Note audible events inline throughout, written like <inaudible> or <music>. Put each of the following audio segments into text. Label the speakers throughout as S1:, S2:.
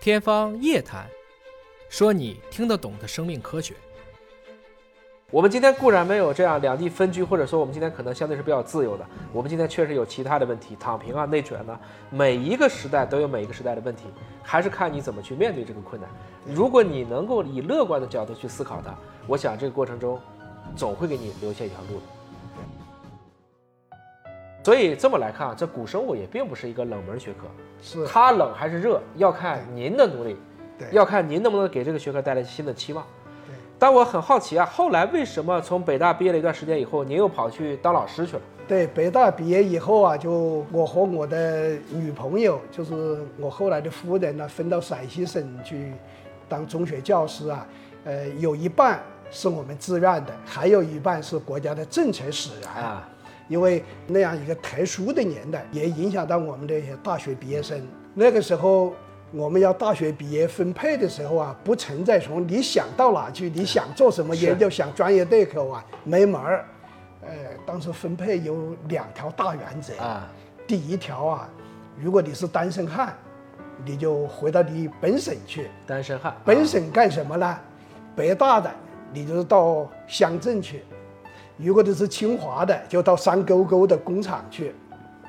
S1: 天方夜谭，说你听得懂的生命科学。
S2: 我们今天固然没有这样两地分居，或者说我们今天可能相对是比较自由的。我们今天确实有其他的问题，躺平啊、内卷呐、每一个时代都有每一个时代的问题，还是看你怎么去面对这个困难。如果你能够以乐观的角度去思考它，我想这个过程中，总会给你留下一条路的。所以这么来看啊，这古生物也并不是一个冷门学科，
S3: 是
S2: 它冷还是热，要看您的努力，
S3: 对
S2: 要看您能不能给这个学科带来新的期望。但我很好奇啊，后来为什么从北大毕业了一段时间以后，您又跑去当老师去了？
S3: 对，北大毕业以后啊，就我和我的女朋友，就是我后来的夫人呢、分到陕西省去当中学教师啊。呃，有一半是我们自愿的，还有一半是国家的政策使然。
S2: 啊，
S3: 因为那样一个特殊的年代，也影响到我们这些大学毕业生。那个时候，我们要大学毕业分配的时候啊，不存在从你想到哪去，你想做什么
S2: 是
S3: 研究，想专业对口啊，没门儿。呃，当时分配有两条大原则
S2: 啊，
S3: 第一条啊，如果你是单身汉，你就回到你本省去。
S2: 单身汉，
S3: 本
S2: 啊
S3: 省干什么呢？北大的你就到乡镇去，如果你是清华的，就到山沟沟的工厂去，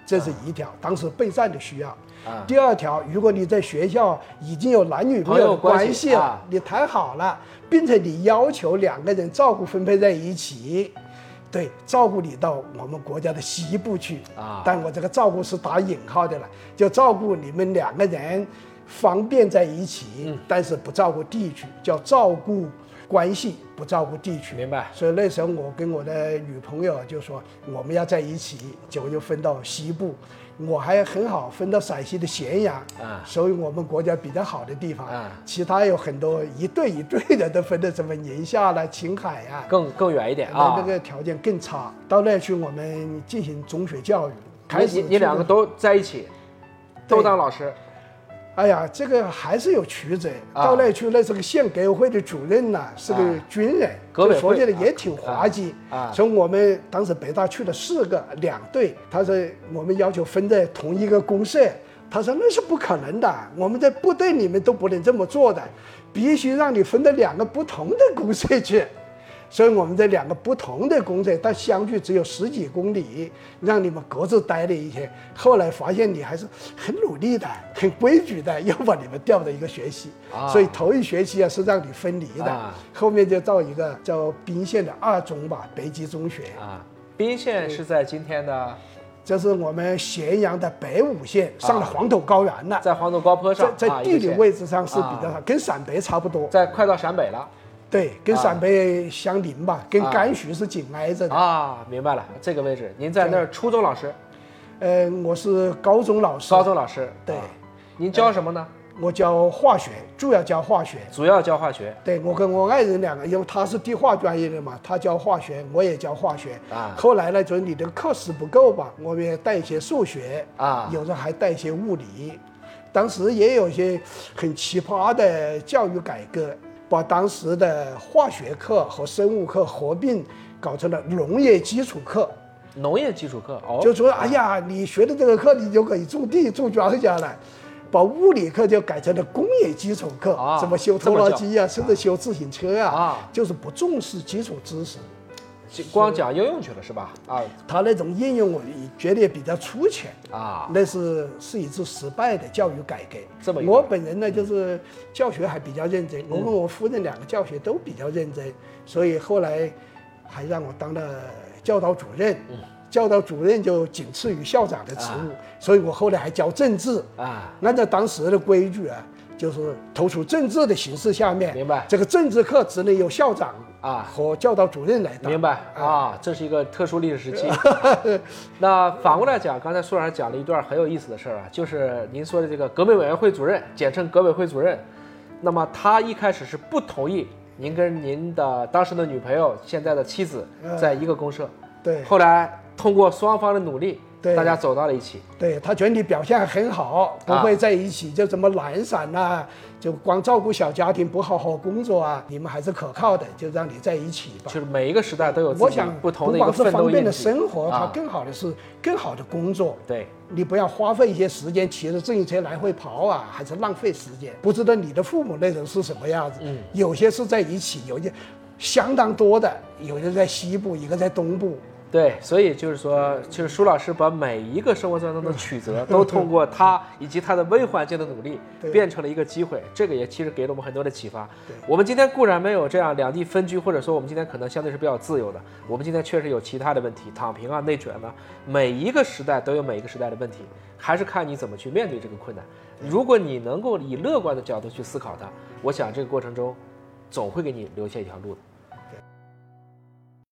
S3: 这是一条，当时备战的需要。
S2: 啊
S3: 第二条，如果你在学校已经有男女朋友的
S2: 朋友关
S3: 关
S2: 系
S3: 系了，
S2: 啊
S3: 你谈好了，并且你要求两个人照顾分配在一起，对，照顾你到我们国家的西部去
S2: 啊
S3: 但我这个照顾是打引号的了，就照顾你们两个人方便在一起，
S2: 嗯
S3: 但是不照顾地区，叫照顾关系，不照顾地区。
S2: 明白
S3: 所以那时候我跟我的女朋友就说我们要在一起，结果就分到西部，我还很好分到陕西的咸阳，
S2: 啊
S3: 所以我们国家比较好的地方，
S2: 啊
S3: 其他有很多一对一对的都分的什么宁夏啦、青海呀、
S2: 更更远一点
S3: 那
S2: 啊。
S3: 那个条件更差。到那去我们进行中学教育，开
S2: 你
S3: 始
S2: 你你两个
S3: 去的
S2: 都在一起，都
S3: 对
S2: 当老师，
S3: 哎呀，这个还是有曲折。
S2: 啊
S3: 到那去，那是个县革委会的主任呐、是个军人，
S2: 革委会
S3: 所以呢也挺滑稽。
S2: 啊啊
S3: 从我们当时北大去了四个两队，他说我们要求分在同一个公社，他说那是不可能的，我们在部队里面都不能这么做的，必须让你分到两个不同的公社去。所以我们这两个不同的公社，但相距只有十几公里，让你们各自待了一天。后来发现你还是很努力的、很规矩的，要把你们调到一个学习。
S2: 啊
S3: 所以头一学期啊是让你分离的，
S2: 啊
S3: 后面就到一个叫宾县的二中吧，北极中学，
S2: 啊。宾县是在今天的，
S3: 这是我们咸阳的北武县，上了
S2: 啊
S3: 黄土高原了，
S2: 在黄土高坡
S3: 在
S2: 上，啊
S3: 在
S2: 一
S3: 地
S2: 个
S3: 理
S2: 县
S3: 位置上是比较
S2: 啊
S3: 好，跟陕北差不多。
S2: 在快到陕北了
S3: 对，跟
S2: 啊
S3: 陕北相邻吧，跟
S2: 啊
S3: 甘肃是紧挨着的。
S2: 啊，明白了，这个位置，您在那儿初中老师、
S3: 呃，我是高中老师，
S2: 高中老师，
S3: 对
S2: 啊您教什么呢？
S3: 我教化学，主要教化学。
S2: 主要教化学
S3: 对我跟我爱人两个，因为他是地化专业的嘛，他教化学，我也教化学。
S2: 啊
S3: 后来呢，就是你的课时不够吧，我们也带一些数学，
S2: 啊
S3: 有时候还带一些物理。当时也有一些很奇葩的教育改革，把当时的化学课和生物课合并，搞成了农业基础课。
S2: 农业基础课哦，
S3: 就说哎呀，你学的这个课，你就可以种地、种庄稼了。把物理课就改成了工业基础课，
S2: 啊
S3: 怎么修拖拉机啊，甚至修自行车啊，
S2: 啊
S3: 就是不重视基础知识。
S2: 就光讲应用去了是吧？啊
S3: 他那种应用，我觉得也比较粗浅。
S2: 啊，
S3: 那是是一次失败的教育改革。
S2: 这么一个嗯
S3: 我本人呢，就是教学还比较认真，我跟我夫人两个教学都比较认真，所以后来还让我当了教导主任。
S2: 嗯
S3: 教导主任就仅次于校长的职务，所以我后来还教政治。
S2: 啊，
S3: 按照当时的规矩啊，就是投出政治的形式下面，
S2: 明白
S3: 这个政治课只能由校长
S2: 啊
S3: 和教导主任来当。
S2: 明白啊，这是一个特殊历史时
S3: <laughs>
S2: 期。那反过来讲，刚才苏老师讲了一段很有意思的事儿啊，就是您说的这个革命委员会主任，简称革委会主任，那么他一开始是不同意您跟您的当时的女朋友，现在的妻子在一个公社，
S3: 嗯对
S2: 后来通过双方的努力，
S3: 对
S2: 大家走到了一起。
S3: 对他觉得你表现很好，
S2: 啊
S3: 不会在一起就怎么懒散呐、就光照顾小家庭，不好好工作啊。你们还是可靠的，就让你在一起吧
S2: 就。是每一个时代都有自
S3: 我
S2: 己
S3: 想，
S2: 不同的一个
S3: 光是
S2: 奋斗
S3: 方便
S2: 印
S3: 的
S2: 记。
S3: 生活，它
S2: 啊
S3: 更好的是更好的工作。
S2: 对，
S3: 你不要花费一些时间骑着自行车来回跑啊，还是浪费时间。不知道你的父母那种是什么样子，
S2: 嗯
S3: 有些是在一起，有些相当多的，有的在西部，一个在东部。
S2: 对，所以就是说，就是舒老师把每一个生活当中的曲折，都通过他以及他的微环境的努力，
S3: 对
S2: 变成了一个机会。这个也其实给了我们很多的启发
S3: 对。
S2: 我们今天固然没有这样两地分居，或者说我们今天可能相对是比较自由的，我们今天确实有其他的问题，躺平啊、内卷呢、每一个时代都有每一个时代的问题，还是看你怎么去面对这个困难。如果你能够以乐观的角度去思考它，我想这个过程中，总会给你留下一条路的。